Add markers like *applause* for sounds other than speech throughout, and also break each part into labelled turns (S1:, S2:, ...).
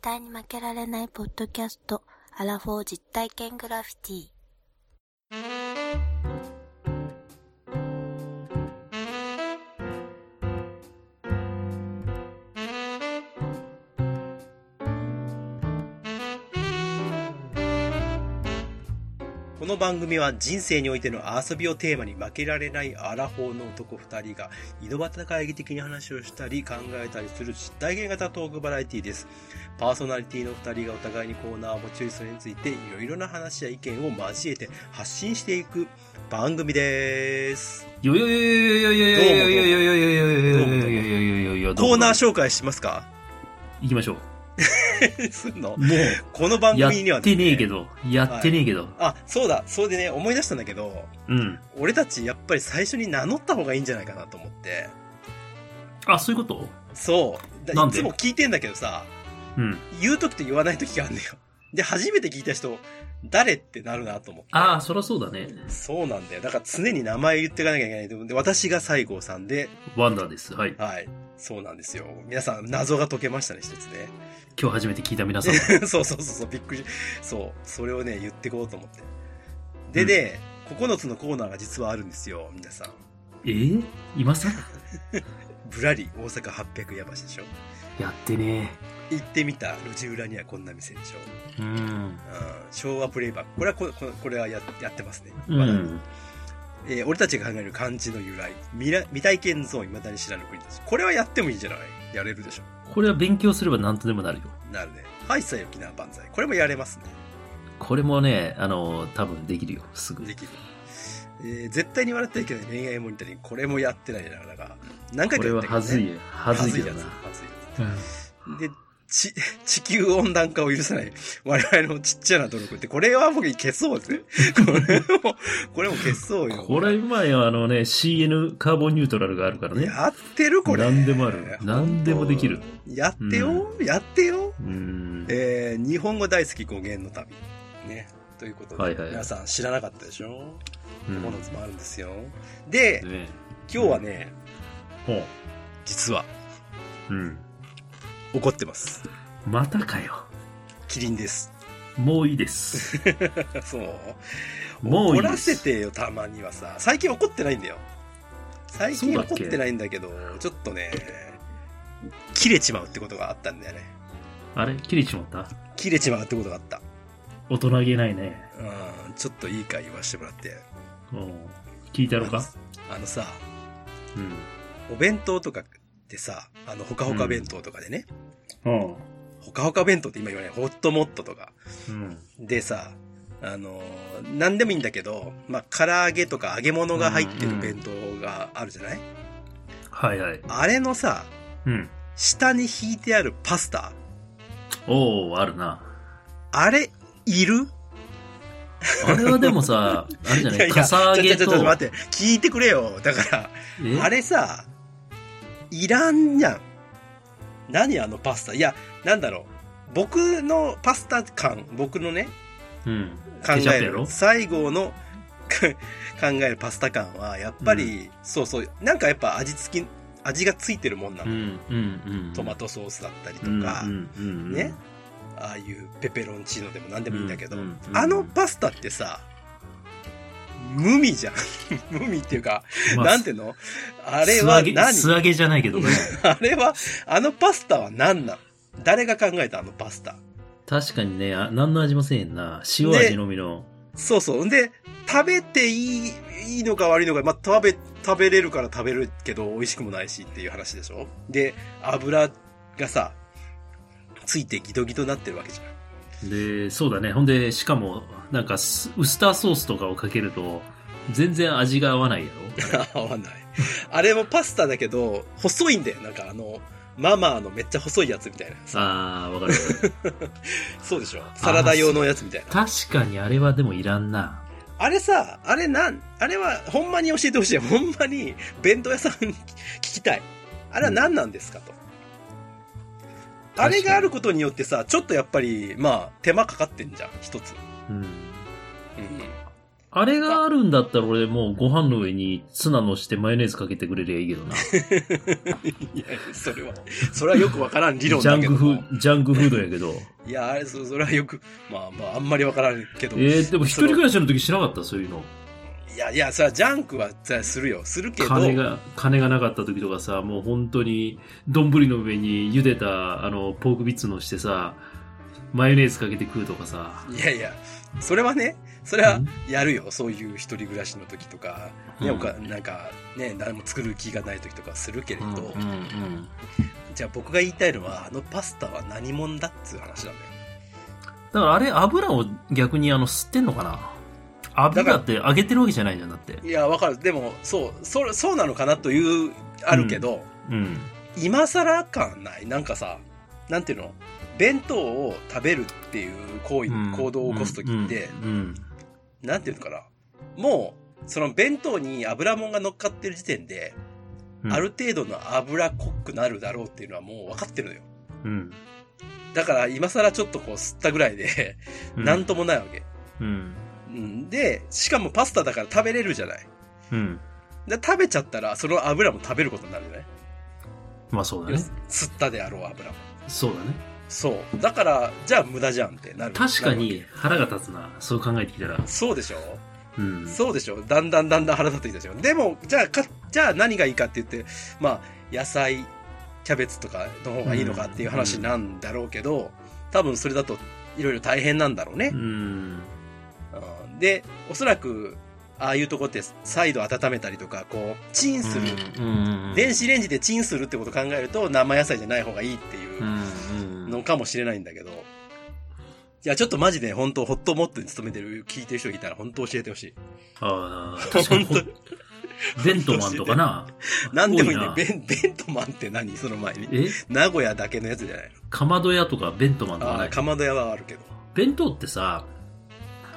S1: 対に負けられないポッドキャスト、アラフォー実体験グラフィティ。
S2: この番組は人生においての遊びをテーマに負けられないアラフォーの男2人が井戸端会議的に話をしたり考えたりする実体験型トークバラエティです。パーソナリティの2人がお互いにコーナーを持ち寄りそれについていろいろな話や意見を交えて発信していく番組です。
S3: よよよよよよよよよよよよよよよよよよよよ
S2: コーナー紹介しますか *laughs*
S3: 行きましょう。
S2: すんの
S3: も
S2: この番
S3: う、やっ
S2: 組には
S3: てねえけど、やってねえけど。
S2: あ、そうだ。それでね、思い出したんだけど、
S3: うん。
S2: 俺たちやっぱり最初に名乗った方がいいんじゃないかなと思って。
S3: あ、そういうこと
S2: そう。だ
S3: なん
S2: い
S3: で
S2: つも聞いてんだけどさ、
S3: うん。
S2: 言う時と言わない時があるんだよ。で、初めて聞いた人、誰ってなるなと思って。
S3: ああ、そらそうだね。
S2: そうなんだよ。だから常に名前言っていかなきゃいけないと思うんで、私が西郷さんで、
S3: ワンダーです。はい。
S2: はい。そうなんですよ。皆さん、謎が解けましたね、一つね。 *laughs*
S3: 今日初めて聞いた皆さん。
S2: そうそうそうそう、びっくり。そう。それをね、言ってこうと思って。でね、9つのコーナーが実はあるんですよ、皆さん。
S3: ええ今さ
S2: ぶらり大阪800矢橋でしょ。
S3: やってね
S2: 行ってみた路地裏にはこんな店でしょ。
S3: え。うん。
S2: うん昭和プレイバック。これはこ、ここれはややってますね。
S3: うん。
S2: えー俺たちが考える漢字の由来。未来未体験ゾーン、未だに知らぬ国です。これはやってもいいんじゃないやれるでしょ。
S3: これは勉強すれば何とでもなるよ。
S2: なるね。はい、さよ、沖縄万歳。これもやれますね。
S3: これもね、あの、多分できるよ。すぐ。
S2: できる。えー絶対に笑ってはいけない恋愛モニタリング。これもやってないなかなか。何回
S3: こ
S2: か
S3: れ
S2: やっ
S3: は
S2: た
S3: はず
S2: ね。
S3: いよ。は
S2: は
S3: ず
S2: ず
S3: い
S2: い
S3: よ
S2: やつ。
S3: な。
S2: はずいや
S3: うん
S2: つ。で、ち、地球温暖化を許さない我々のちっちゃな努力って、これは僕消そうですね。これも、これも消そうよ。
S3: これ、今やあのね、CN カーボンニュートラルがあるからね。
S2: やってるこれ。
S3: 何でもある。何でもできる。
S2: やってよ、やってよ。
S3: うん。
S2: えー日本語大好き語源の旅。ね。ということで、
S3: はいはい
S2: 皆さん知らなかったでしょ
S3: うん
S2: モノズもあるんですよ。で、
S3: ね
S2: 今日はね、
S3: ほう。
S2: 実は
S3: うん。
S2: 怒ってます。
S3: またかよ。
S2: キリンです。 *laughs*
S3: もういいです。
S2: そう。
S3: もう
S2: *laughs* 怒
S3: いいで
S2: らせ
S3: す。
S2: てよ、たまにはさ。最近怒ってないんだよ。最近
S3: そうだっ
S2: 怒っ
S3: け
S2: てないんだけど、ちょっとね、切れちまうってことがあったんだよね。
S3: あれ切れちまった
S2: 切れちまうってことがあった。
S3: 大人げないね。
S2: うん、ちょっといい回言わせてもらって。
S3: うん聞いたろか
S2: あのさ、
S3: うん。
S2: お弁当とかってさ、あの、ほかほか弁当とかでね、
S3: うん。
S2: ほかほか弁当って今言わない、ホットモットとか。
S3: うん。
S2: でさ、あのー、なんでもいいんだけど、まあ、唐揚げとか揚げ物が入ってる弁当があるじゃない、
S3: はいはい。
S2: あれのさ、
S3: うん。
S2: 下に引いてあるパスタ、
S3: おおあるな。
S2: あれ、いる
S3: あれはでも
S2: *laughs*
S3: さ、あれじゃないかさ上げ
S2: ちょちょちょちょ
S3: と
S2: っ、と待って、聞いてくれよ。だか
S3: え
S2: ら、あれさ、いらんじゃん。何あのパスタ。いや、なんだろう。僕のパスタ感、僕のね、
S3: うん。
S2: 考
S3: ケチャッ
S2: え
S3: プやろ
S2: る西郷の *laughs* 考えるパスタ感はやっぱり、そうそうなんかやっぱ味付き味がついてるもんな
S3: う
S2: の、
S3: んうんうん。
S2: トマトソースだったりと
S3: うん
S2: か、
S3: うんうん。
S2: ねああいうペペロンチーノでも何でもいいんだけど、
S3: うんうんうん
S2: あのパスタってさ無味じゃん *laughs* 無味っていうか、
S3: まあ
S2: なんていうのあれは
S3: 素揚げ
S2: 何
S3: 素揚げじゃないけどね。
S2: あれはあのパスタは何なの誰が考えたあのパスタ
S3: 確かにね、あ何の味もせえへんな。塩味のみの。
S2: そうそう。んで、食べていい、いいのか悪いのか、まあ、食べ、食べれるから食べるけど、美味しくもないしっていう話でしょで、油がさ、ついてギトギトになってるわけじゃ
S3: で、そうだね。ほんで、しかも、なんかス、ウスターソースとかをかけると、全然味が合わないや
S2: *laughs*
S3: ろ。
S2: ん。合わない。あれもパスタだけど、細いんだよ。なんかあの、ママのめっちゃ細いやつみたいな。
S3: あー、わかるわかる。
S2: そうでしょサラダ用のやつみたいな。
S3: 確かにあれはでもいらんな。
S2: あれさ、あれなん、あれはほんまに教えてほしい。ほんまに弁当屋さんに聞きたい。あれは何なんですかと。あれがあることによってさ、ちょっとやっぱり、まあ、手間かかってんじゃん、一つ。
S3: うん。
S2: うん。
S3: あれがあるんだったら俺もうご飯の上にツナのしてマヨネーズかけてくれりゃいいけどな。ジ
S2: いや、それは、それはよくわからん理論
S3: ャ
S2: だ
S3: ン
S2: け
S3: ク
S2: ど
S3: フ
S2: も。、
S3: ジャンクフード
S2: *laughs*
S3: やけど。
S2: いや、あれ、そそれはよく、まあまあ、あんまりわからんけど。
S3: えー、でも一
S2: そ
S3: 人
S2: の
S3: 暮らしの時知らなかったそういうの。
S2: いやいや、それはジャンクはそれはするよ。するけど、
S3: 金が、金がなかった時とかさ、もう本当に、丼の上に茹でた、あの、ポークビッツのしてさ、マヨネーズかけて食うとかさ。
S2: いやいや、それはね、それは
S3: ん
S2: やるよ。そういう一人暮らしの時とか、ね、
S3: うん
S2: おかなんか、ね、誰も作る気がない時とかするけれど、
S3: うんうん
S2: じゃあ僕が言いたいのは、あのパスタは何者だっつう話なんだよ。
S3: だからあれ油を逆にあの吸ってんのかな油って揚げてるわけじゃないじゃんだって。
S2: いや、わかる。でも、そう、そそうなのかなという、あるけど、
S3: うん。
S2: 今更感ない。なんかさ、なんていうの弁当を食べるっていう行為、行動を起こす時って、
S3: うんうん
S2: なんていうのかな。もう、その弁当に油もんが乗っかってる時点で、
S3: うん
S2: ある程度の油濃くなるだろうっていうのはもう分かってるのよ。
S3: うん。
S2: だから今更ちょっとこう吸ったぐらいで、
S3: うん
S2: なんともないわけ。
S3: うん。
S2: うん、で、しかもパスタだから食べれるじゃない。
S3: うん。
S2: で食べちゃったら、その油も食べることになるよね。
S3: まあそうだ
S2: 要
S3: ね
S2: す。吸ったであろう油も。
S3: そうだね。
S2: そう。だから、じゃあ無駄じゃんってなる。
S3: 確か
S2: なるわ
S3: に腹が立つな。そう考えてきたら
S2: け。。そうでしょ
S3: うん。
S2: そうでしょだんだんだんだん腹立ってきたでしょでも、じゃあか、じゃあ何がいいかって言って、まあ、野菜、キャベツとかの方がいいのかっていう話なんだろうけど、多分それだといろいろ大変なんだろうね
S3: う。ん。
S2: うんで、おそらく、ああいうとこって再度温めたりとか、こう、チンする。
S3: うん。うんうん。。
S2: 電子レンジでチンするってことを考えると、生野菜じゃない方がいいっていううん
S3: う
S2: の
S3: ん。
S2: かもしれないんだけど、いや、ちょっとマジで本当、ホットモットに勤めてる、聞いてる人いたら本当教えてほしい。
S3: *laughs* ああ、確かに。ベントマンと
S2: *laughs*
S3: かな。
S2: なんでもいいね。
S3: 多
S2: ベ *laughs* ン、ベントマンって何その前に。
S3: え
S2: 名古屋だけのやつじゃないの
S3: かまど屋とかベントマンとか
S2: あ
S3: な
S2: あ、
S3: い
S2: かまど屋はあるけど。
S3: 弁当ってさ、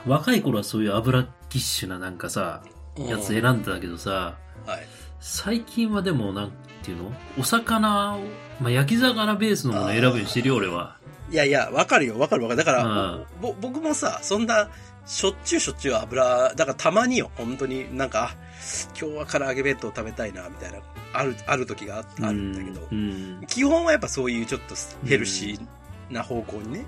S3: 若い頃はそういう油キッシュななんかさ、やつ選んでたけどさ、
S2: はい。
S3: 最近はでもなんていうのお魚を、まあ、焼き魚ベースのもの選ぶようにしてるよ、俺は。
S2: いやいや、わかるよ、わかるわかる。だから、
S3: うん
S2: ぼ僕もさ、そんな、しょっちゅうしょっちゅう油、だからたまによ、本当になんか、あ今日は唐揚げ弁当食べたいな、みたいな、ある、ある時がああるんだけど
S3: う、ん。
S2: 基本はやっぱそういうちょっとヘルシーな方向にね、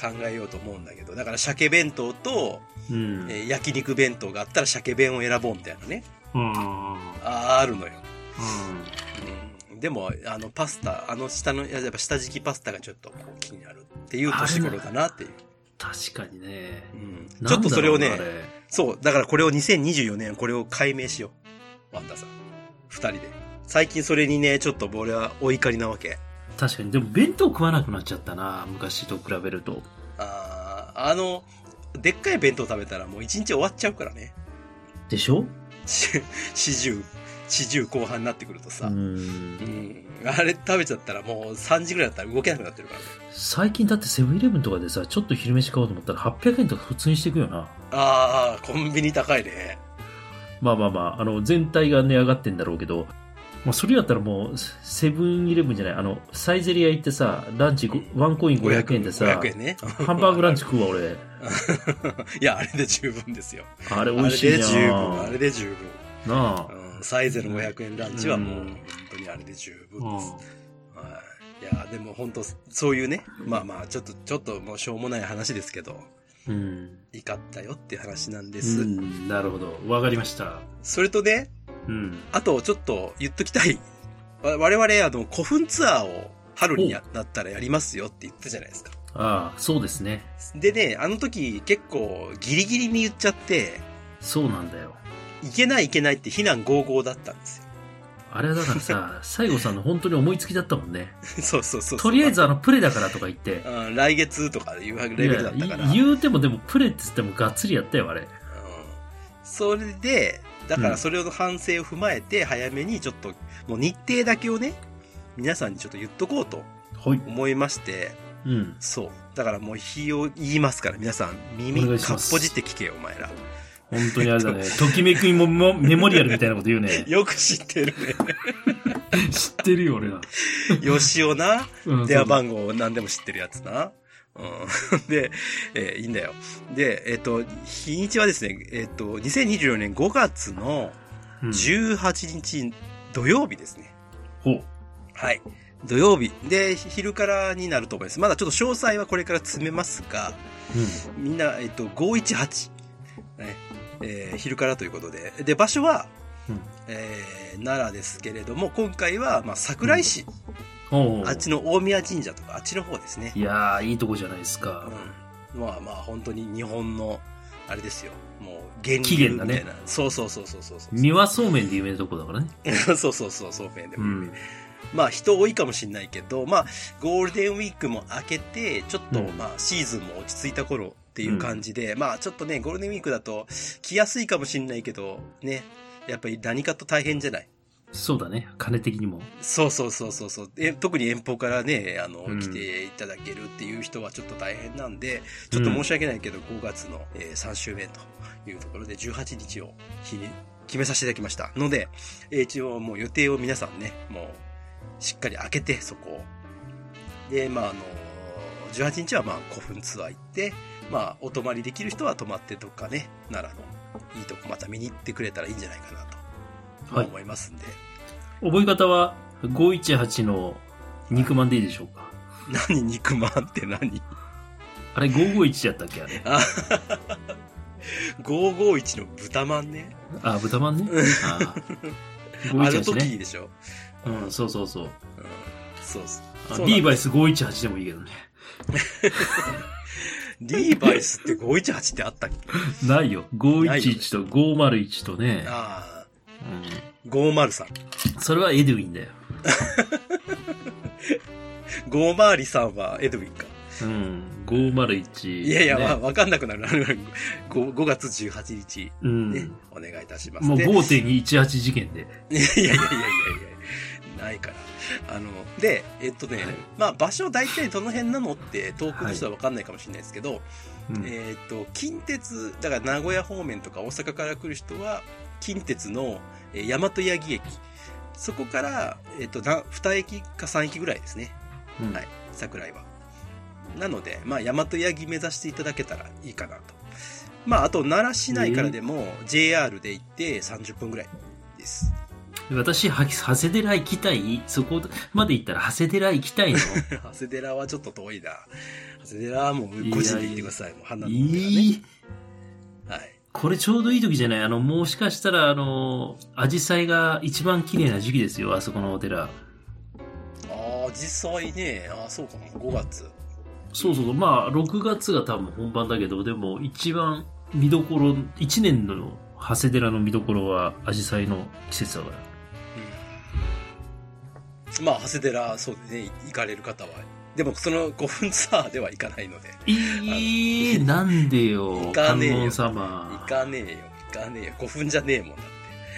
S2: 考えようと思うんだけど、だから鮭弁当と、
S3: うん。
S2: えー焼肉弁当があったら鮭弁を選ぼうみたいなね、
S3: うん。
S2: あーあるのよ。うんでも、あの、パスタ、あの下の、やっぱ下敷きパスタがちょっとこう気になるっていう年頃だなっていう。
S3: 確かにね。
S2: うんちょっとそれを
S3: なんだろ
S2: ね、そう、だからこれを2024年、これを解明しよう。ワンダさん。二人で。最近それにね、ちょっと俺はお怒りなわけ。
S3: うなあれ確かに。でも弁当食わなくなっちゃったな、昔と比べると。
S2: あーあの、でっかい弁当食べたらもう一日終わっちゃうからね。 *laughs*
S3: でしょ
S2: し四十、四十後半になってくると
S3: う
S2: さ。
S3: ん
S2: うん。。あれ食べちゃったらもう3時ぐらいだったら動けなくなってるからね。
S3: 最近だってセブンイレブンとかでさ、ちょっと昼飯買おうと思ったら800円とか普通にしていくよな。
S2: ああ、コンビニ高いね。
S3: まあまあまあ、あの、全体が値上がってんだろうけど、まあ、それやったらもう、セブンイレブンじゃない、あの、サイゼリア行ってさ、ランチごワンコイン500円でさ、
S2: 500円ね。 *laughs*
S3: ハンバーグランチ食うわ、俺。
S2: いや、あれで十分ですよ。
S3: あれ
S2: あ
S3: 美
S2: れ
S3: 味しい
S2: で
S3: じゃ
S2: 十分、あ
S3: ん
S2: れ。で十分。
S3: なあ。
S2: うん、サイゼの500円ランチはもう、
S3: うん
S2: 本当にあれで十
S3: う
S2: 分
S3: ん
S2: です。はい。いや、でも本当、そういうね、まあまあ、ちょっと、ちょっともうしょうもない話ですけど、
S3: うん。
S2: 怒ったよって話なんで
S3: う
S2: す。
S3: ん、なるほど。わかりました。
S2: それとね、
S3: うん。
S2: あとちょっと言っときたい。わ我々、あの、古墳ツアーを春にやなったらやりますよって言ったじゃないですか。
S3: ああ、そうですね。
S2: でね、あの時結構ギリギリに言っちゃって、
S3: そうなんだよ。
S2: いけないいけないって非難合々だったんですよ。 *laughs*
S3: あれはだからさ、西郷さんの本当に思いつきだったもんね。
S2: そうそうそうそう。
S3: とりあえずあの、プレだからとか言って。
S2: うん、来月とかいうレベルだったから。
S3: いやい言うてもでも、プレって言ってもがっつりやったよ、あれ。
S2: うんそれで、だからそれの反省を踏まえて、早めにちょっと、もう日程だけをね、皆さんにちょっと言っとこうと
S3: はい。
S2: 思いまして、
S3: うん。
S2: そう。だからもう日を言いますから、皆さん、耳
S3: お願いし
S2: かっ
S3: ます
S2: ぽじって聞けよ、お前ら。
S3: 本当にあれだね。 *laughs* ときめくももメモリアルみ *laughs* たいなこと言うね。
S2: よく知ってる
S3: *laughs* 知ってるよ、俺は。
S2: ね。よしおな、
S3: うん
S2: 電話番号を何でも知ってるやつな。うん、で、えーいいんだよ。で、えっ、と、日にちはですね、えっ、と、2024年5月の
S3: うん
S2: 18日土曜日ですね。
S3: ほう。
S2: はい。土曜日。で、ひ昼からになると思います。まだちょっと詳細はこれから詰めますが、
S3: う
S2: みんな、えっと、518。ね。えー昼からということで。で、場所は、
S3: ん。うん。
S2: えー奈良ですけれども、今回は、まあ、桜井市、
S3: おう
S2: あっちの大宮神社とか、あっちの方ですね。
S3: いやー、いいとこじゃないですか。
S2: うん。まあまあ、本当に日本の、あれですよ。もう、源
S3: 起
S2: 流み
S3: 源
S2: た
S3: だ
S2: い
S3: ね
S2: な。そうそうそうそうそうそう。
S3: 三輪そうめんで有名なとこだからね。
S2: *laughs* そうそうそう、そうめんで
S3: う
S2: も有名
S3: ん。
S2: まあ人多いかもしれないけど、まあゴールデンウィークも明けて、ちょっと
S3: うん
S2: まあシーズンも落ち着いた頃っていう感じで、まあちょっとね、ゴールデンウィークだと来やすいかもしれないけど、ね、やっぱり何かと大変じゃない
S3: そうだね。金的にも。
S2: そうそうそうそうそう。え特に遠方からね、あの、
S3: うん
S2: 来ていただけるっていう人はちょっと大変なんで、ちょっと申し訳ないけど、5月の、えー3週目というところで、18日を日に決めさせていただきました。ので、えー一応もう予定を皆さんね、もう、しっかり開けて、そこを。で、まあ、あのー、18日はまあ古墳ツアー行って、まあ、お泊まりできる人は泊まってとかね、奈良のいいとこまた見に行ってくれたらいいんじゃないかなと
S3: はい
S2: 思いますんで。
S3: 覚え方は、518の肉まんでいいでしょうか。
S2: 何肉まんって何
S3: あれ、551やったっけあれ。
S2: あ ?551 の豚まんね。
S3: あ、豚まんね。あ
S2: あ
S3: ー
S2: の
S3: 518
S2: 時
S3: ね。
S2: でしょ。
S3: うん、そうそうそう。
S2: うん、そうそうそ
S3: あ
S2: うなんだ
S3: リーバイス518でもい
S2: *laughs*
S3: いけどね。
S2: リーバイスって518ってあったっけ
S3: ないよ。511と501とね。
S2: ああ、
S3: う
S2: 503。
S3: ん、それはエドウィンだよ。
S2: 5回りさんはエドウィンか。
S3: うん、501、
S2: いやいや、
S3: ね
S2: わわかんなくなる。5, 5月18日、
S3: う
S2: ね
S3: ん。
S2: お願いいたします。
S3: もう
S2: で
S3: 5.218事件で。
S2: いやいやいやいやいやいや、ないから。あの、で、えっとね、
S3: はい
S2: まあ場所大体どの辺なのって遠くの人はわかんないかもしれないですけど、
S3: うん
S2: えー、と近鉄だから名古屋方面とか大阪から来る人は近鉄のえー大和八木駅そこから、えー、とな2駅か3駅ぐらいですね
S3: うん
S2: はい桜井はなので、まあ、大和八木目指していただけたらいいかなとまああと奈良市内からでも JR で行って30分ぐらいです *laughs*
S3: 私、は長谷寺行きたい。そこまで行ったら長谷寺行き
S2: *laughs*
S3: たいの。
S2: 長谷寺はちょっと遠いな長谷寺はもう個人で行ってくださいもう花の
S3: い
S2: 寺
S3: い、
S2: ね、はい、
S3: これちょうどいい時じゃないあの、もしかしたら、あの、紫陽花が一番綺麗な時期ですよ、あそこのお寺。
S2: ああ実際ねあーそうかも5月
S3: そうそうそう、まあ、6月が多分本番だけど、でも一番見どころ、1年の長谷寺の見どころは紫陽花の季節だから。
S2: うんまあ、長谷寺、そうですね、行かれる方は。でも、その5分ツアーでは行かないので。
S3: ええー、 *laughs* なんでよ、
S2: 行か
S3: 観
S2: ねえよ
S3: 音
S2: 行
S3: 様。
S2: かねえよ、行かねえよ。5分じゃねえもんだっ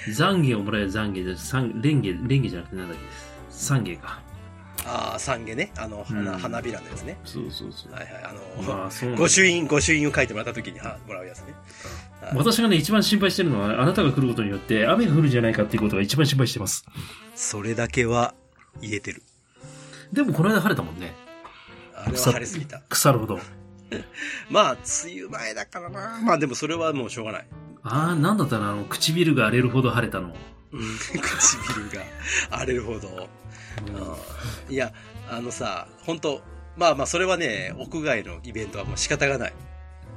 S3: 懺悔をもらえる懺悔で、懺レンゲ、レンゲじゃなくてなんだっけ、懺悔か。
S2: て。ああ、三毛ね。あの、花、
S3: うん
S2: 花びらのやつね。
S3: そうそうそう。
S2: はいはい。あの、
S3: まあ、そうなん
S2: 御
S3: だ
S2: 朱印、御朱印を書いてもらった時にはもらうやつね。はい
S3: 私がね、一番心配してるのは、あなたが来ることによって、雨が降るんじゃないかっていうことが一番心配してます。
S2: それだけは言えてる。
S3: でも、この間晴れたもんね。
S2: あれは晴れすぎた。
S3: 腐るほど。
S2: まあ、梅雨前だからな。まあ、でもそれはもうしょうがない。
S3: ああ、なんだったら、あの、唇が荒れるほど晴れたの。
S2: うん *laughs* 唇が荒れるほど。うんいや、あのさ、本当まあまあ、それはね、屋外のイベントはもう仕方がない。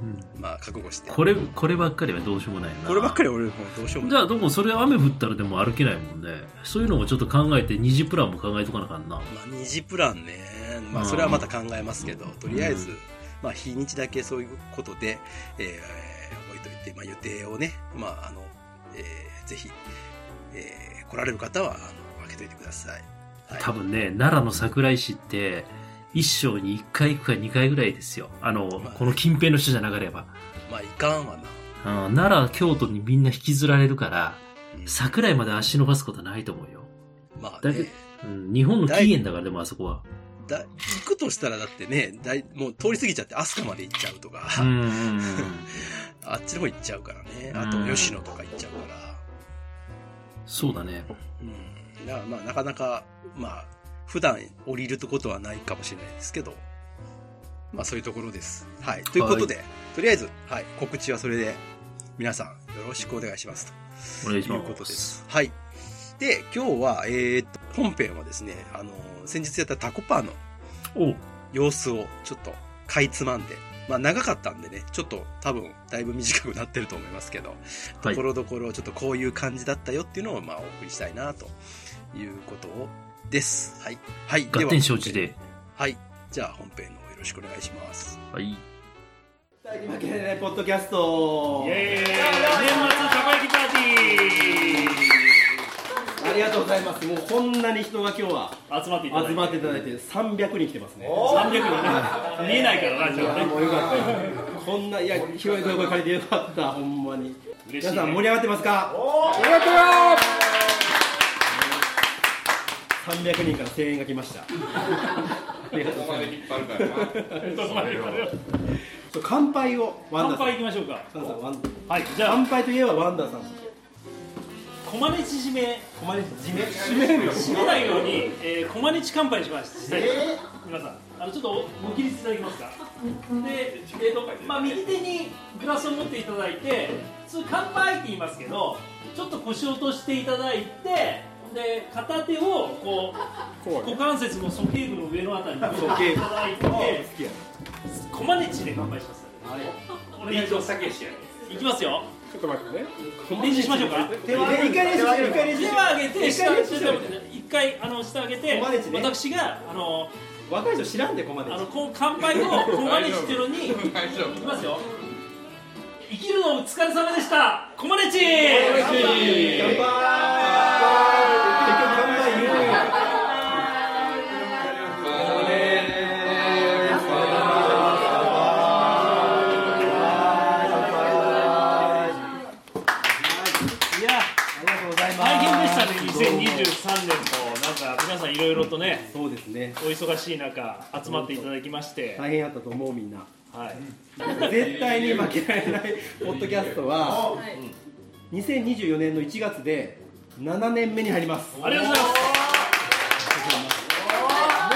S3: うん
S2: まあ、覚悟して。こ
S3: これ、こればっかりはどうしようもないよな。
S2: ればっかりは俺もうどうしようも
S3: じ
S2: ない。
S3: ゃあ、でもそれ雨降ったらでも歩けないもんね。そういうのもちょっと考えて、二次プランも考えとかなあかんな。
S2: まあ、二次プランね。まあ、それはまた考えますけど、とりあえず、まあ、日にちだけそういうことで、えー、覚えといて、まあ、予定をね、まあ、あの、えーぜひ、えー来られる方は、あの、開けといてください。はい
S3: 多分ね、奈良の桜井市って、一生に一回行くか二回ぐらいですよ。あの、
S2: まあ
S3: この近辺の人じゃなければ。
S2: まあ、いかんわな。
S3: うん奈良、京都にみんな引きずられるから、
S2: うん
S3: 桜井まで足伸ばすことはないと思うよ。
S2: まあ、
S3: だけ
S2: ね。
S3: うん、日本の起源だから、でもあそこは。
S2: だ行くとしたらだってねだいもう通り過ぎちゃって飛鳥まで行っちゃうとか、
S3: うんうんうんうん。
S2: あっちの方行っちゃうからねあと
S3: うん
S2: 吉野とか行っちゃうから、
S3: そうだね。
S2: うん、だからまあなかなかまあ普段降りることはないかもしれないですけどまあそういうところです。はい。ということで、とりあえず、はい、告知はそれで、皆さんよろしくお願いしますと。
S3: お願い
S2: *laughs*
S3: し
S2: とい
S3: ます。
S2: うことです。はい。で、今日は、えーっと、本編はですね、あの、先日やったタコパーの
S3: お
S2: 様子をちょっとかいつまんで、まあ長かったんでね、ちょっと多分だいぶ短くなってると思いますけど、
S3: は
S2: と
S3: い
S2: こ。ろどころちょっとこういう感じだったよっていうのをまあお送りしたいなということをです。はい。はい。
S3: 合点承知。で。
S2: はい。じゃあ本編の方よろしくお願いします。
S3: はい。
S4: 大に負けられないポッドキャスト
S5: イエーイ年末たこ焼きパーテ
S4: ありがとうございますもうこんなに人が今日は
S5: ィー集まっていただいて
S4: 集まっていただいて300人来てますね
S5: 300人ね見えないからなちょっとね
S4: もうよかったよこんないや広い声借りてよかったほんまに
S5: 嬉し
S4: 皆
S5: い
S4: さん盛
S5: ね
S4: り上がってますか盛り上がってます300人から声援が来ましたありがとうございますそう乾杯をワンダさ
S5: 乾
S4: ん
S5: 杯いきましょうか
S4: 乾杯ワン
S5: はいじゃあ
S4: 乾杯といえばワンダさん
S5: コマネチ締め
S4: こまれ締め締めるよ
S5: 締めないように、えー、コマネチ乾杯しますしたいと思います皆さんあのちょっとご起立いただけますかで、えーとまあ、右手にグラスを持っていただいて普通乾杯って言いますけどちょっと腰を落としていただいてで片手をこう股関節の鼠径部の上のあたりに置いていただいて
S4: 好きや
S5: コマネチで乾杯しますお願いしますいきますよちょっと待ってね練習しましょうか
S4: 手は一回練習して一回練習
S5: 手
S4: して
S5: は上げて
S4: 一
S5: 下
S4: 回練
S5: 上げ
S4: 習
S5: て
S4: して
S5: 一回あの下上げて
S4: コマネチね
S5: 私があの
S4: 若い人知らんでこまで
S5: あのこう乾杯をコマネチっていうのにいきますよ生きるのお疲れ様でしたコマネチ
S4: 乾杯結局乾杯言うよあ
S5: いや
S4: りがとうございます
S5: 大変でしたね2023年もなんか皆さんいろいろとね
S4: そうですね
S5: お忙しい中集まっていただきまして
S4: 大変やったと思うみんな
S5: はい
S4: 絶対に負けられないポッドキャストは2024年の1月で7年目に入ります
S5: ありがとうございます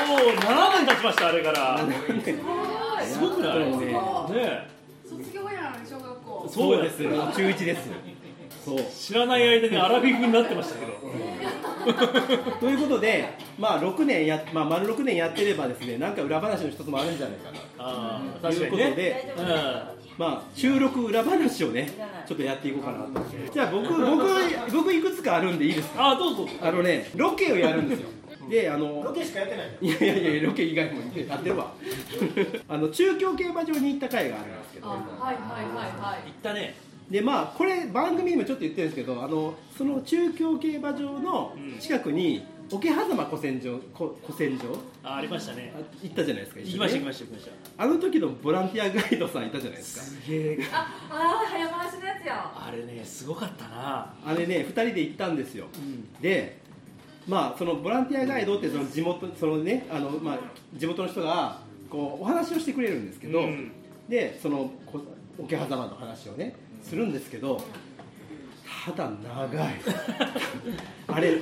S5: もう7年経ちましたあれからすごくないねえ
S6: 卒業やん小学校
S4: そうですもう中1ですそう
S5: 知らない間にアラフィフになってましたけど *laughs*
S4: ということで、まあ6年やまあ、丸6年やってればですねなんか裏話の一つもあるんじゃないかな
S5: ああ
S4: とい
S5: 確
S4: う
S5: か
S4: こ
S5: に
S4: と
S5: ね
S4: で、
S5: うん
S4: まあ、収録裏話をね、ちょっとやっていこうかなと。じゃあ僕、僕、僕いくつかあるんでいいですか
S5: ああどうぞ
S4: あのね、ロケをやるんですよ。で、あの、ロケしかやってないいやいやいや、ロケ以外もやってるわ。 *laughs* あの、中京競馬場に行った回があるんですけ
S6: あ
S4: ど、
S6: はいはいはいはい
S5: だね
S4: で、まあ、これ、番組にもちょっと言ってるんですけど、あの、その中京競馬場の近くに、桶狭間古戦場、こ古戦場
S5: あありましたね
S4: あ行ったじゃないですか。
S5: 行
S4: 一
S5: き
S4: 緒
S5: ま
S4: に
S5: した
S4: ね
S5: 行きました行きました
S4: あの時のボランティアガイドさんいたじゃないですか。
S6: ああー早回しのやつや
S5: あれねすごかったな
S4: あれね2人で行ったんですよ、でまあそのボランティアガイドってその地元そのねあの、まあ、地元の人がこうお話をしてくれるんですけど、
S5: うん
S4: でそのこ桶狭間の話をねするんですけどただ長
S5: *laughs*
S4: いあれ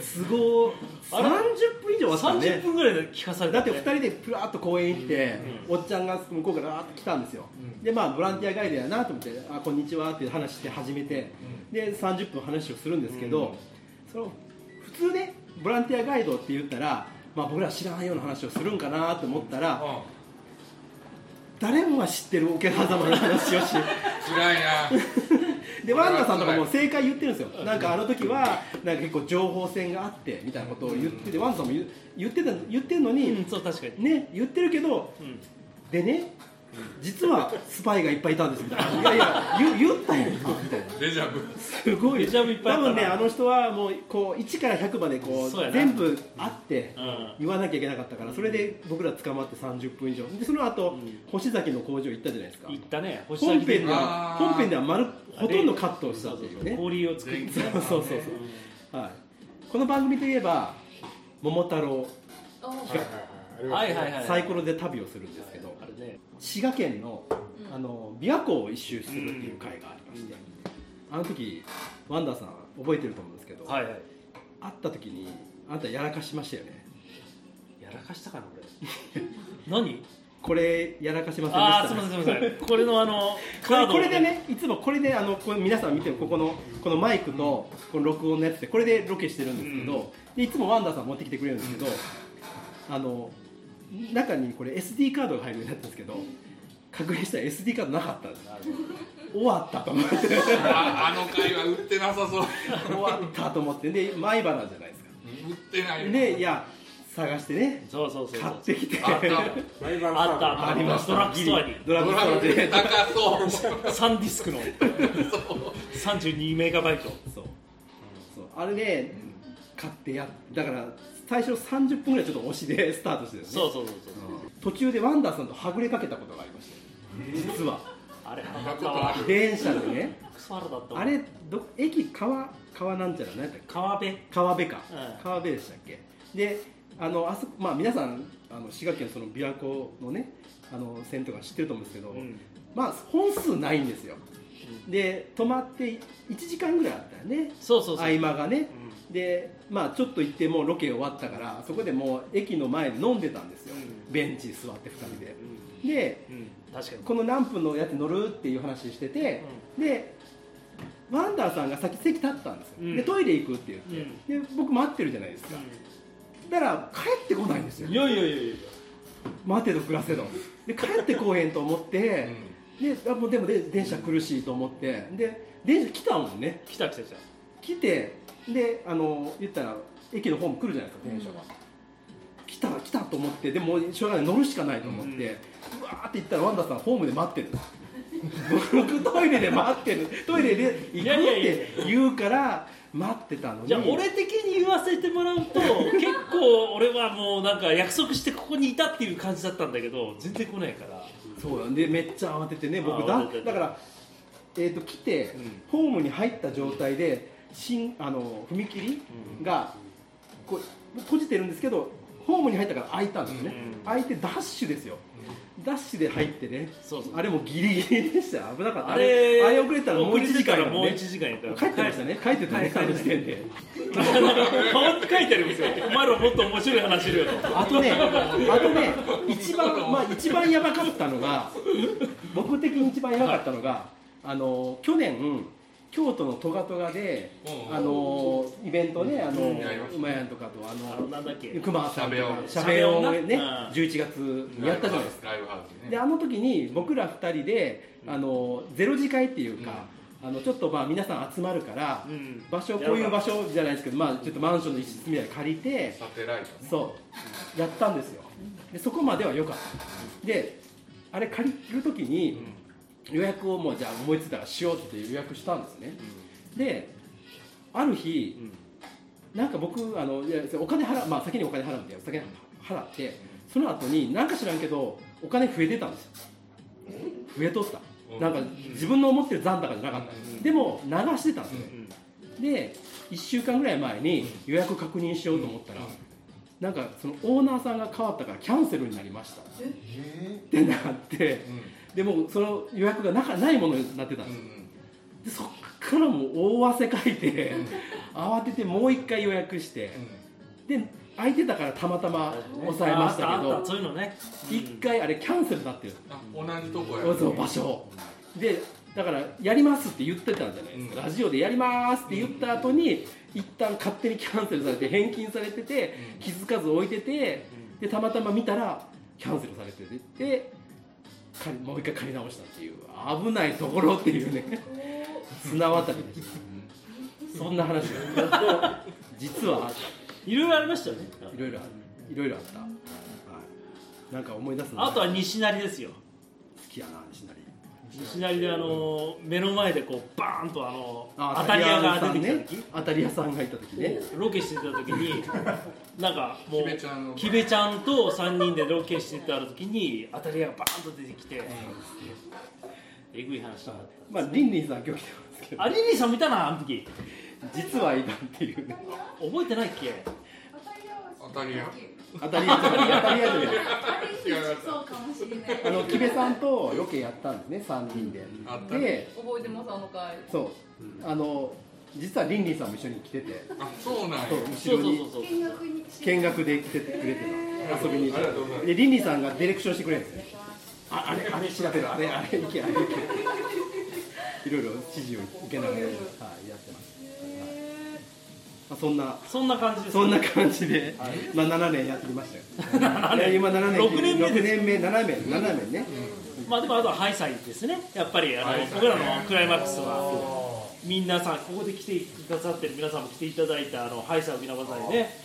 S4: すごい
S5: あれ
S4: 30分以上あったね
S5: 30分ぐらいで聞かされ
S4: だ
S5: た
S4: って
S5: ね
S4: 2人でプラっと公園行って、おっちゃんが向こうからわーっと来たんですよ、でまあボランティアガイドやなと思って「あこんにちは」って話して始めて、で30分話をするんですけど、その普通ねボランティアガイドって言ったら、まあ、僕ら知らないような話をするんかなと思ったら、誰もが知ってる桶狭間の話 *laughs* をし
S7: 辛いな
S4: *laughs* でワンダさんとかも正解言ってるんですよなんかあの時はなんか結構情報戦があってみたいなことを言ってて、ワンダさんも言う言ってた言ってるのに、
S5: うんそう確かに
S4: ね言ってるけど、
S5: ん
S4: でね実はスパイがいっぱいいたんですみたいな「いやいや言言ったやんか」みたいな
S7: デジャブ
S4: すごい
S5: デジャブいっぱいあ
S4: 多
S5: ったな
S4: 分ねあの人はもうこう1から100までこう
S5: そうやな
S4: 全部あって
S5: うん
S4: 言わなきゃいけなかったからそれで僕ら捕まって30分以上でその後、星崎の工場行ったじゃないですか
S5: 行ったね星
S4: 本
S5: 崎
S4: 編では
S7: あー
S4: 本編では丸ほとんどカットをしたっていうね
S5: 氷を作っ
S4: そ
S5: て
S4: うそうそうそう、はい、この番組といえば「桃太郎
S6: あ
S5: はいはいはい
S4: サイコロで旅をするんですけど、
S5: あれね
S4: 滋賀県のあの琵琶湖を一周するっていう会がありまして、あの時ワンダーさん覚えてると思うんですけど、
S5: はいはい
S4: 会った時にあんたやらかしましたよね
S5: やらかしたかな俺 *laughs* 何
S4: これやらかしませんでした
S5: ああすみませんすみませんこれのあの
S4: こ
S5: カー
S4: れ
S5: ド
S4: これでねいつもこれであのこれ皆さん見てもここのこのマイクとこの録音のやつでこれでロケしてるんですけど、でいつもワンダーさん持ってきてくれるんですけど、あの中にこれ SD カードが入るようになったんですけど確認したら SD カードなかったんですあの終わったと思って
S7: ああの回は売ってなさそう
S4: 終わったと思ってで米原じゃないですか
S7: 売ってないよ
S4: でいや探してね
S5: そうそうそう
S4: 買ってきて
S7: あった
S5: あったあった
S4: ありました
S5: ドラッグストアに
S4: ドラッ
S7: ド
S4: グス
S7: ラ
S4: トアで
S7: ム高そう
S5: サンディスクの32メガバイト
S4: そうそうあれで買ってやっだから最初30分ぐらいちょっと押しで *laughs* スタートしてるんですね
S5: そうそうそうそう
S4: 途中でワンダーさんとはぐれかけたことがありました実は
S5: あれ
S7: そん
S5: 腹
S7: な
S5: 立っ
S7: こ
S5: た
S7: とあ
S5: わ
S7: る
S4: 電車でね
S5: クソ腹だったわ
S4: あれど駅川川なんちゃら何やったっけ
S5: 川辺
S4: 川辺か、
S5: うん
S4: 川辺でしたっけであのあそこまあ皆さんあの滋賀県その琵琶湖のねあの線とか知ってると思うんですけど、
S5: うん
S4: まあ本数ないんですよで泊まって1時間ぐらいあったよね
S5: そうそう
S4: 合
S5: そう
S4: 間がね
S5: うん
S4: でまあちょっと行ってもうロケ終わったからそこでもう駅の前で飲んでたんですよ、
S5: う
S4: ベンチに座って2人で、で
S5: うん確かに
S4: この何分のやつ乗るっていう話してて、でワンダーさんが先席立ったんですよ、
S5: うん
S4: でトイレ行くって言って、で僕待ってるじゃないですか、だから帰ってこないんですよ
S5: いやいやいやいや
S4: 待てど暮らせどで帰ってこうへんと思って、であもうでもで電車苦しいと思ってで電車来たもんね
S5: 来た来た来た
S4: 来てであの言ったら駅のホーム来るじゃないですか電車が、来た来たと思ってでもうしょうがない乗るしかないと思って、うわーって行ったらワンダさんホームで待ってる僕トイレで待ってるトイレで行
S5: い
S4: くっ
S5: やいやいや
S4: て言うから待ってたのに
S5: じゃあ俺的に言わせてもらうと結構俺はもうなんか約束してここにいたっていう感じだったんだけど全然来ないから
S4: そうなんでめっちゃ慌ててね僕
S5: あ
S4: だ
S5: ー慌てて
S4: だから、えー、と来て、
S5: ん
S4: ホームに入った状態で新あの踏切が、こう閉じてるんですけどホームに入ったから開いたんですね、
S5: うん
S4: 開いてダッシュですよ、ダッシュで入ってね
S5: そうそう
S4: あれもギリギリでしたよ危なかった
S5: あれ
S4: あれ遅れたらもう1時間やから
S5: もう1
S4: ね
S5: 時間やから
S4: 帰ってましたね帰ってたね
S5: 帰
S4: 帰
S5: っ
S4: っててた時点で
S5: ました顔に書いてあるんですよお前らもっと面白い話しろよと
S4: あとね、あとね、一番、まあ、一番やばかったのが、僕的に一番やばかったのが、あの、去年、京都のトガトガで、
S7: うん
S4: あの、イベントで、あの、
S7: やりました
S4: 馬やんとかと、あ
S5: あ
S4: の
S5: の、なんだっけ
S4: 熊さんとか、し
S7: し
S4: ゃ
S5: べ
S4: べ
S5: 男
S4: をね
S5: うん、
S4: 11月にやったじゃないですか。
S7: ライブハウスね
S4: で、あの時に、僕ら二人で、あの、ゼロ次会っていうか、あの、ちょっとまあ、皆さん集まるから、
S5: うん
S4: 場所、こういう場所じゃないですけど、まあ、ちょっとマンションの一室みたいに借りて、
S7: サテライトね
S4: そうやったんですよでそこまでは良かったであれ借りる時に予約をもうじゃあ思いついたらしようって予約したんですね、である日、なんか僕あのいやお金払う、まあ、先にお金払うんでお金払ってその後に何か知らんけどお金増えてたんですよ増えとった
S7: うん
S4: なんか自分の思ってる残高じゃなかった、
S7: うん
S4: でも流してたんですね、で1週間ぐらい前に予約確認しようと思ったら、なんかそのオーナーさんが変わったからキャンセルになりましたってなって、でもうその予約がなかないものになってたん
S7: う
S4: ですよ、
S7: ん
S4: でそっからもう大汗かいて、慌ててもう一回予約して、で空いてたからたまたま抑えましたけ
S5: ああっ
S4: ど
S5: そういうのね
S4: 一、回あれキャンセルになってる
S7: うんあ同じとこや
S4: その場所でだからやりますって言ってたんじゃないですか、ラジオでやりますって言った後に一旦勝手にキャンセルされて返金されてて気づかず置いててでたまたま見たらキャンセルされててで借りもう一回借り直したっていう危ないところっていうね綱渡りでしたそんな話が実はあっ
S5: いろいろありましたよね
S4: たいろいろあったいろいろあった、はい、なんか思い出すの
S5: あとは西成ですよ
S4: 好きやな西成
S5: 西成であの目の前でこうバーンとあの
S4: あ
S5: 当たり屋が出てきた時、
S4: ね、当たり屋さんがいた時ね
S5: ロケしてた時になんかもう
S7: キベちゃんの
S5: キベちゃんと3人でロケしてた時に当たり屋がバーンと出てきてえぐい話だった
S4: まあリンリンさん今日来てますけど
S5: あリリーさん見たなあの時
S4: 実はいたっていうね
S5: 覚えてないっけ
S6: 当たり屋は
S7: 当たり屋
S4: *laughs* 当たり屋じゃない当たり屋じゃない
S6: ある日そうかもしれない。
S4: あの木部さんとロケやったんですね3人で
S7: あったね
S4: で
S6: 覚えてますあの回。
S4: そうあの実はリンリンさんも一緒に来てて
S7: あ、そうなんや。
S4: そう後
S5: そう
S4: ろ
S5: そう
S4: に
S5: そうそう
S6: 見学に来て
S4: 見学で来ててくれてた遊びに
S7: ありがとうございます
S4: でリンリンさんがディレクションしてくれるんですねああれあれ調べろあれあれ行けあれ行けいろいろ指示を受けながら、はい、やってます、はいまあ、そんな
S5: そんな感じです
S4: そんな感じで、まあ7年やってきましたよ。いや今7年、
S5: 六年目です
S4: 六年目、7年、7年ね。
S5: まあでもあとはハイサイですねやっぱりあの
S7: ハイサイ
S5: 僕らのクライマックスはみんなさんここで来てくださってる皆さんも来ていただいたあのハイサイ沖縄祭ね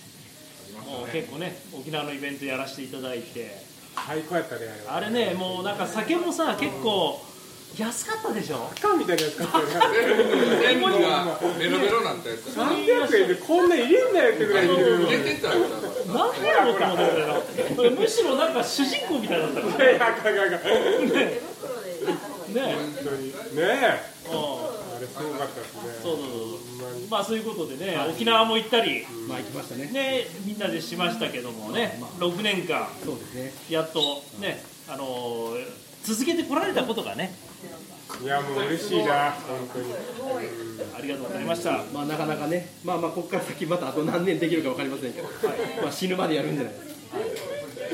S5: もう結構ね沖縄のイベントやらせていただいて
S8: 最高やったねあ
S5: あれねもうなんか酒もさ結構安かったでしょ
S8: れ缶みたいなやつ買ったよね
S7: 全部がベロベロなんてやつ。
S8: 300円でこんなん入れんなよってぐらい入れる
S7: 出てたよ。
S5: なんでやろうと思ってたけどむしろなんか主人公みたいだったから
S8: いやいやかんかんかん
S6: 手袋でやった方がいい
S5: ね
S8: 本当にねえ
S5: うんそ
S8: あれすごかったですね
S5: うそうそう
S8: ほんまに
S5: まあそういうことでね、沖縄も行ったり、
S4: まあ行きましたね。
S5: ね、みんなでしましたけどもね、6年間、
S4: そうですね。
S5: やっとね、あのー続けてこられたことがね、
S8: いやもう嬉しいな本当に
S5: ありがとうございました。
S4: まあなかなかね、まあまあここから先またあと何年できるかわかりませんけど、まあ死ぬまでやるんじゃないですか。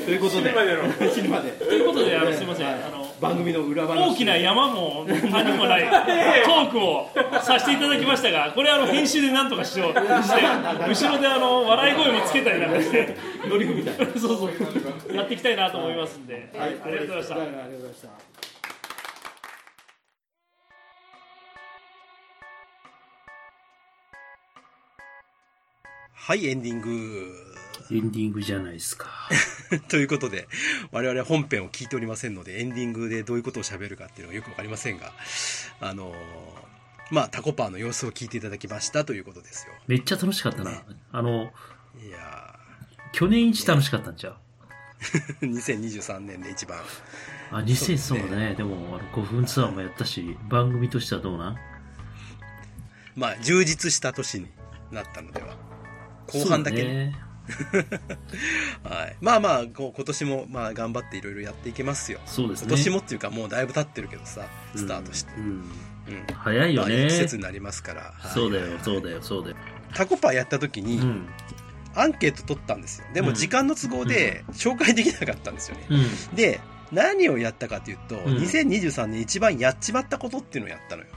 S4: ということで、
S8: 死ぬまで
S4: *laughs*
S8: の
S4: 死ぬまで
S5: ということで、あのすみません、あの
S4: 番組の裏話。
S5: 大きな山も谷もないトークをさせていただきましたが、これあの編集でなんとかしようとして、後ろであの笑い声もつけたりなん
S4: *laughs*
S5: かして、
S4: ドリフみたいな。
S5: *laughs* そうそう、やっていきたいなと思いますんで、ありがとうございました
S4: は。いありがとうございました。
S2: はい、エンディング。 *laughs*
S3: エンディングじゃないですか。
S2: ということで、我々は本編を聞いておりませんので、エンディングでどういうことを喋るかっていうのはよくわかりませんが、あのーまあ、タコパーの様子を聞いていただきましたということですよ。
S3: めっちゃ楽しかったな。あの、
S2: いや
S3: 去年一楽しかったんちゃう
S2: *laughs* ー、2023年で一番。
S3: あ、2000そうだね。でも、あの、古墳ツアーもやったし、番組としてはどうなん
S2: まあ、充実した年になったのでは。後半だけ、
S3: そうね。
S2: はい。まあまあ、こう今年も、まあ、頑張っていろいろやっていけますよ。
S3: そうです
S2: 今
S3: ね。
S2: 年もっていうか、もうだいぶ経ってるけどさ、スタートして。
S3: うんうん
S2: うん
S3: 早
S2: ま
S3: いよ
S2: あいい
S3: ね。
S2: 季節になりますから。はい
S3: そうだよ、そうだよ、そうだよ。
S2: タコパーやった時
S3: う
S2: に、
S3: ん。
S2: アンケート取ったんですよ。で
S3: う
S2: も
S3: ん
S2: 時間の都合で紹介できなかったんですよね。
S3: うん。
S2: で、何をやったかというと、
S3: ん
S2: 2023年一番やっちまったことっていうのをやったのよ。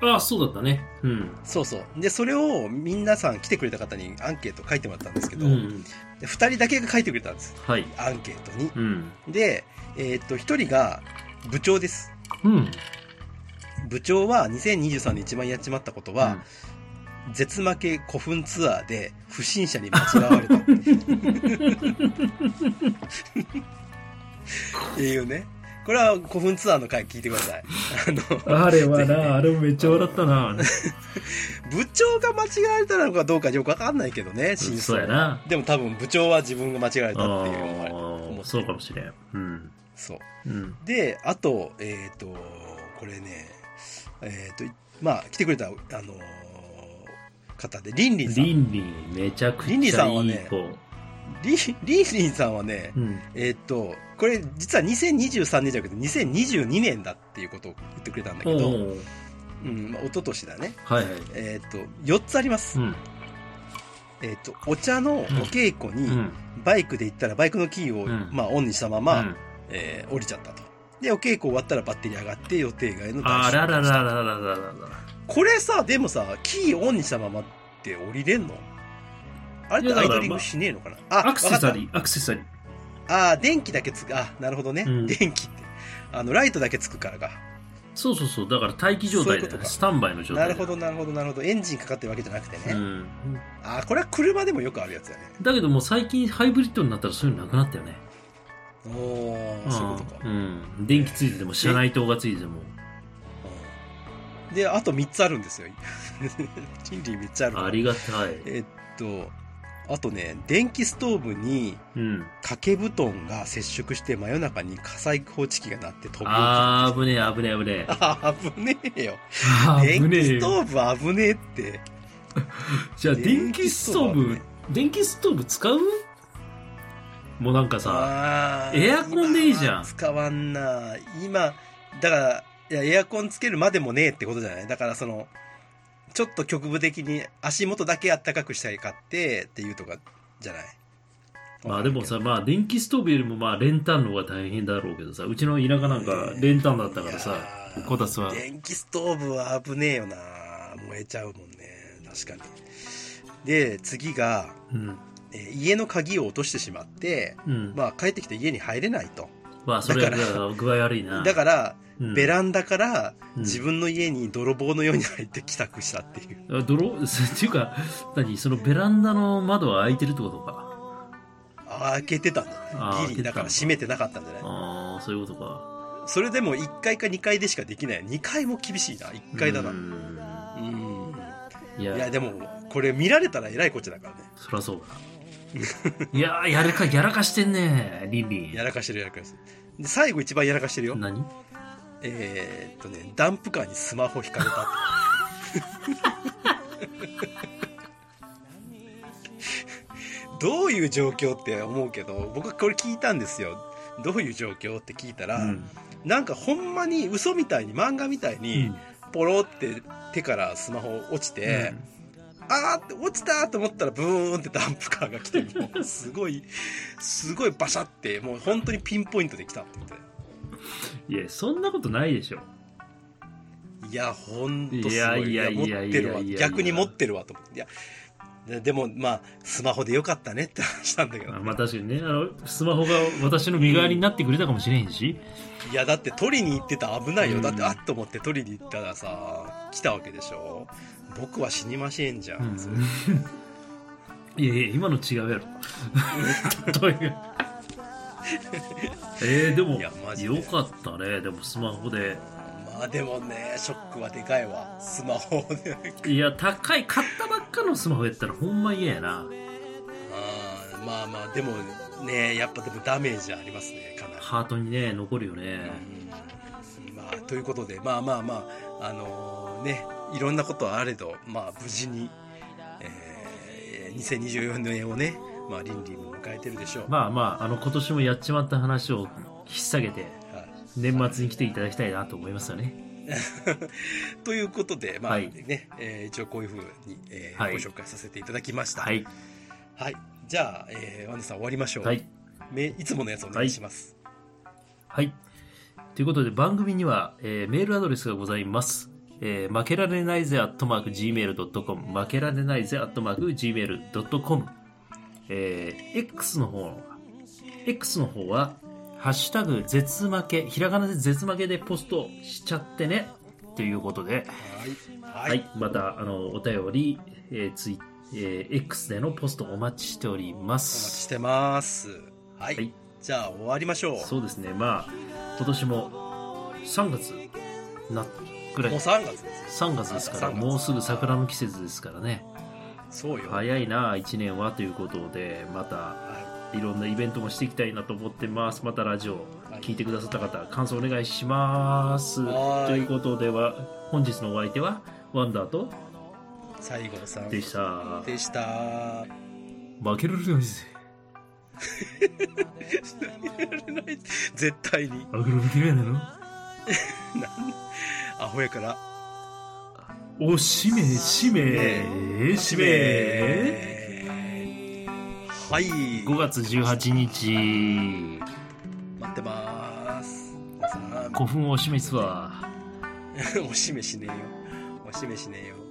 S3: ああ、そうだったね。うん。
S2: そうそう。で、それを皆さん来てくれた方にアンケート書いてもらったんですけ
S3: う
S2: ど、
S3: ん。
S2: で2人だけが書いてくれたんです。
S3: はい。
S2: アンケートに。
S3: うん。
S2: で、えーっと、1人が部長です。
S3: うん。
S2: 部長は2023年一番やっちまったことは、絶負け古墳ツアーで不審者に間違われた
S3: *laughs*
S2: っていうねこれは古墳ツアーの回聞いてくださいあの
S3: うんあれは
S2: ぜひね
S3: な、あれもめっちゃ笑っ
S2: *laughs*
S3: たな。
S2: 部長が間違われたのかどうかよくわかんないけどね真
S3: そう
S2: 相 *laughs*
S3: やな。
S2: でも多分部長は自分が間違われたっていうのは
S3: あ
S2: 思
S3: あ、
S2: う
S3: そうかもしれん。うん。
S2: そう
S3: うん。
S2: であとえっ、とこれねえっ、とまあ来てくれたあのー方でリンリンさん
S3: リンリン、めちゃくちゃいい
S2: リン
S3: 子。
S2: リンさんはねリンリンリンさんはね
S3: うん。
S2: えーっと、これ実は2023年じゃなくて2022年だっていうことを言ってくれたんだけ
S3: お
S2: ど、
S3: うおう
S2: うん、まあ、一昨年だね。
S3: はいはい。
S2: えーっと、4つあります。
S3: うん。
S2: えーっと、お茶のお稽古
S3: う
S2: に
S3: ん。
S2: バイクで行ったらバイクのキーを、
S3: うん
S2: まあ、オンにしたま
S3: う
S2: ま
S3: ん、
S2: えー降りちゃったと。で、お稽古終わったらバッテリー上がって予定外の
S3: あ
S2: 脱
S3: ら
S2: 出
S3: らららららららら。
S2: これさ、でもさ、キーオンにしたままって降りれんのあれってアイドリングしねえのかなあ、
S3: アクセサ
S2: ー。
S3: リー、アクセサリー。
S2: ああ、電気だけつく。あ、なるほどね。
S3: うん
S2: 電気って。あの、ライトだけつくからか。
S3: そうそうそう、だから待機状
S2: そ
S3: 態
S2: ういう
S3: で
S2: ことか
S3: スタンバイの状
S2: な
S3: 態
S2: る
S3: だ
S2: ほど、なるほど、なるほど。エンジンかかってるわけじゃなくて
S3: う
S2: ね。
S3: ん。
S2: ああ、これは車でもよくあるやつだね。
S3: だけどもう最近ハイブリッドになったらそういうのなくなったよね。
S2: おー、そういうことか。
S3: うん。電気ついてても、車内灯がついてても。
S2: うんで、あと3つあるんですよ。 *laughs* 賃金3つあるから
S3: ありがたい。
S2: えっと、あとね、電気ストーブに
S3: うん。
S2: 掛け布団が接触して真夜中に火災報知器が鳴って飛ぶ。
S3: あー、危ねえ、危ねえ、危ねえ。
S2: あー危ねえよ。
S3: あー、 *laughs* 危
S2: 電気
S3: ねえ
S2: ス
S3: よ。
S2: トーブ危ねえって。
S3: じゃあ、電気ストー
S2: 電
S3: ブ、
S2: 気ストー
S3: 電気ストーブ使うもうなんかさ、
S2: あー
S3: エアコンでいいじゃん
S2: 今使わんな今だからいやエアコンつけるまでもねえってことじゃないだからそのちょっと局部的に足元だけあったかくしたいかってっていうとかじゃない
S3: まあでもさ、まあ電気ストーブよりもまあレンタンの方が大変だろうけどさ、うちの田舎なんかレンタンだったからさ
S2: いや、ー
S3: こたつは。
S2: 電気ストーブは危ねえよな燃えちゃうもんね確かにで次が、
S3: うん。
S2: えー家の鍵を落としてしまって、
S3: うん。
S2: まあ、帰ってきて家に入れないと
S3: まあそれは
S2: だから
S3: 具合悪いな。
S2: だから、
S3: うん
S2: ベランダから
S3: うん
S2: 自分の家に泥棒のように入って帰宅したっていう、
S3: あ泥、 *laughs* っていうか、何そのベランダの窓は開いてるってことか。
S2: あー開けてたん
S3: あ
S2: だ
S3: ー
S2: ギリだから
S3: 開けて
S2: 閉めてなかったんじゃない
S3: ああ、そういうことか。
S2: それでも1階か2階でしかできない2階も厳しいな1階だな
S3: う
S2: うん
S3: んい
S2: いや
S3: や、
S2: でもこれ見られたらえらいこっちゃだからね
S3: そ
S2: *laughs*
S3: らそうだ。いやー、やるか、やらかしてんね、リンリ
S2: や
S3: ン。
S2: らかしてるやらかしてるで最後一番やらかしてるよ
S3: 何
S2: えー、っとねダンプカーにスマホ引かれた *laughs* ってどういう状況って思うけど僕はこれ聞いたんですよどういう状況って聞いたら、
S3: うん
S2: なんかほんまに嘘みたいに漫画みたいうに
S3: ん。
S2: ポロって手からスマホ落ちて、あーって落ちたと思ったらブーンってダンプカーが来てもうすごいすごいバシャってもう本当にピンポイントで来たって言って
S3: いや、そんなことないでしょ。
S2: いや、ほんとすごい。
S3: い
S2: い
S3: や
S2: や、
S3: い
S2: 持
S3: や
S2: っ
S3: いや
S2: てるわ。
S3: いやいやいや
S2: 逆に持ってるわと思って。いや、ででも、まあ、スマホでよかったねって話したんだけど。
S3: あまあ確かにね、あの、スマホが私の身代わりになってくれたかもしれへんし。
S2: いや、だって取りに行ってたら危ないよ。
S3: うん
S2: だって、あっと思って取りに行ったらさ、来たわけでしょ。僕は死にませんじゃん。それ
S3: いやいや、今の違うやろ。例え
S2: *laughs*
S3: ばえー、でも
S2: いやマジで
S3: よかったね、でもスマホで。
S2: まあ、でもね、ショックはでかいわ。スマホで。
S3: いや、高い、買ったばっかのスマホやったらほんま嫌やな。
S2: あーまあまあ、でもね、やっぱでもダメージありますね、かなり。
S3: ハートにね、残るよね。
S2: まあ、ということで、まあまあまあ、あのね、いろんなことはあれど、まあ、無事に、えー2024年をね、まあ、リンリンも迎えてるでしょう。
S3: まあまあ、あの、今年もやっちまった話を引っ提げて、
S2: はい
S3: 年末に来ていただきたいなと思いますよね。
S2: ということで、まあ
S3: はい
S2: ねえー一応こういうふうに、えー
S3: はい
S2: ご紹介させていただきました。
S3: は。い。
S2: はい、じゃあ、えーワンダさん終わりましょう、
S3: はい。
S2: め。いつものやつお願いします。
S3: はい。ということで番組には、えーメールアドレスがございます。えー負けられないぜ、アットマーク、gmail.com。負けられないぜ、アットマーク、gmail.com。えー X の方、X の方は、ハッシュタグ、絶負け、ひらがなで絶負けでポストしちゃってね。ということで、
S2: はい。
S3: はい。また、あの、お便り、えーツイえー X でのポストお待ちしておりま
S2: お待ち
S3: す。
S2: してます。はい。
S3: はい
S2: じゃあ、終わりましょう。
S3: そうですね、まあ、今年も3月なぐらい
S2: もう3月ですよ。
S3: 3月ですから
S2: 3月
S3: もうすぐ桜の季節ですからね
S2: そうよ。
S3: 早いな1年はということでまた
S2: はい
S3: いろんなイベントもしていきたいなと思ってますまたラジオ聞いてくださった方感想お願いします
S2: はい
S3: ということでは本日のお相手はワンダーと
S2: 最後さん
S3: でした
S2: でした。
S3: 負けられないぜ
S2: 絶対に
S3: 負けられないの
S2: アホやから。
S3: おしめしめしめ
S2: はい。
S3: 5月18日
S2: 待ってます。さ
S3: 古墳を示すわ
S2: *laughs* あおしめしねえよ。おしめしねえよ。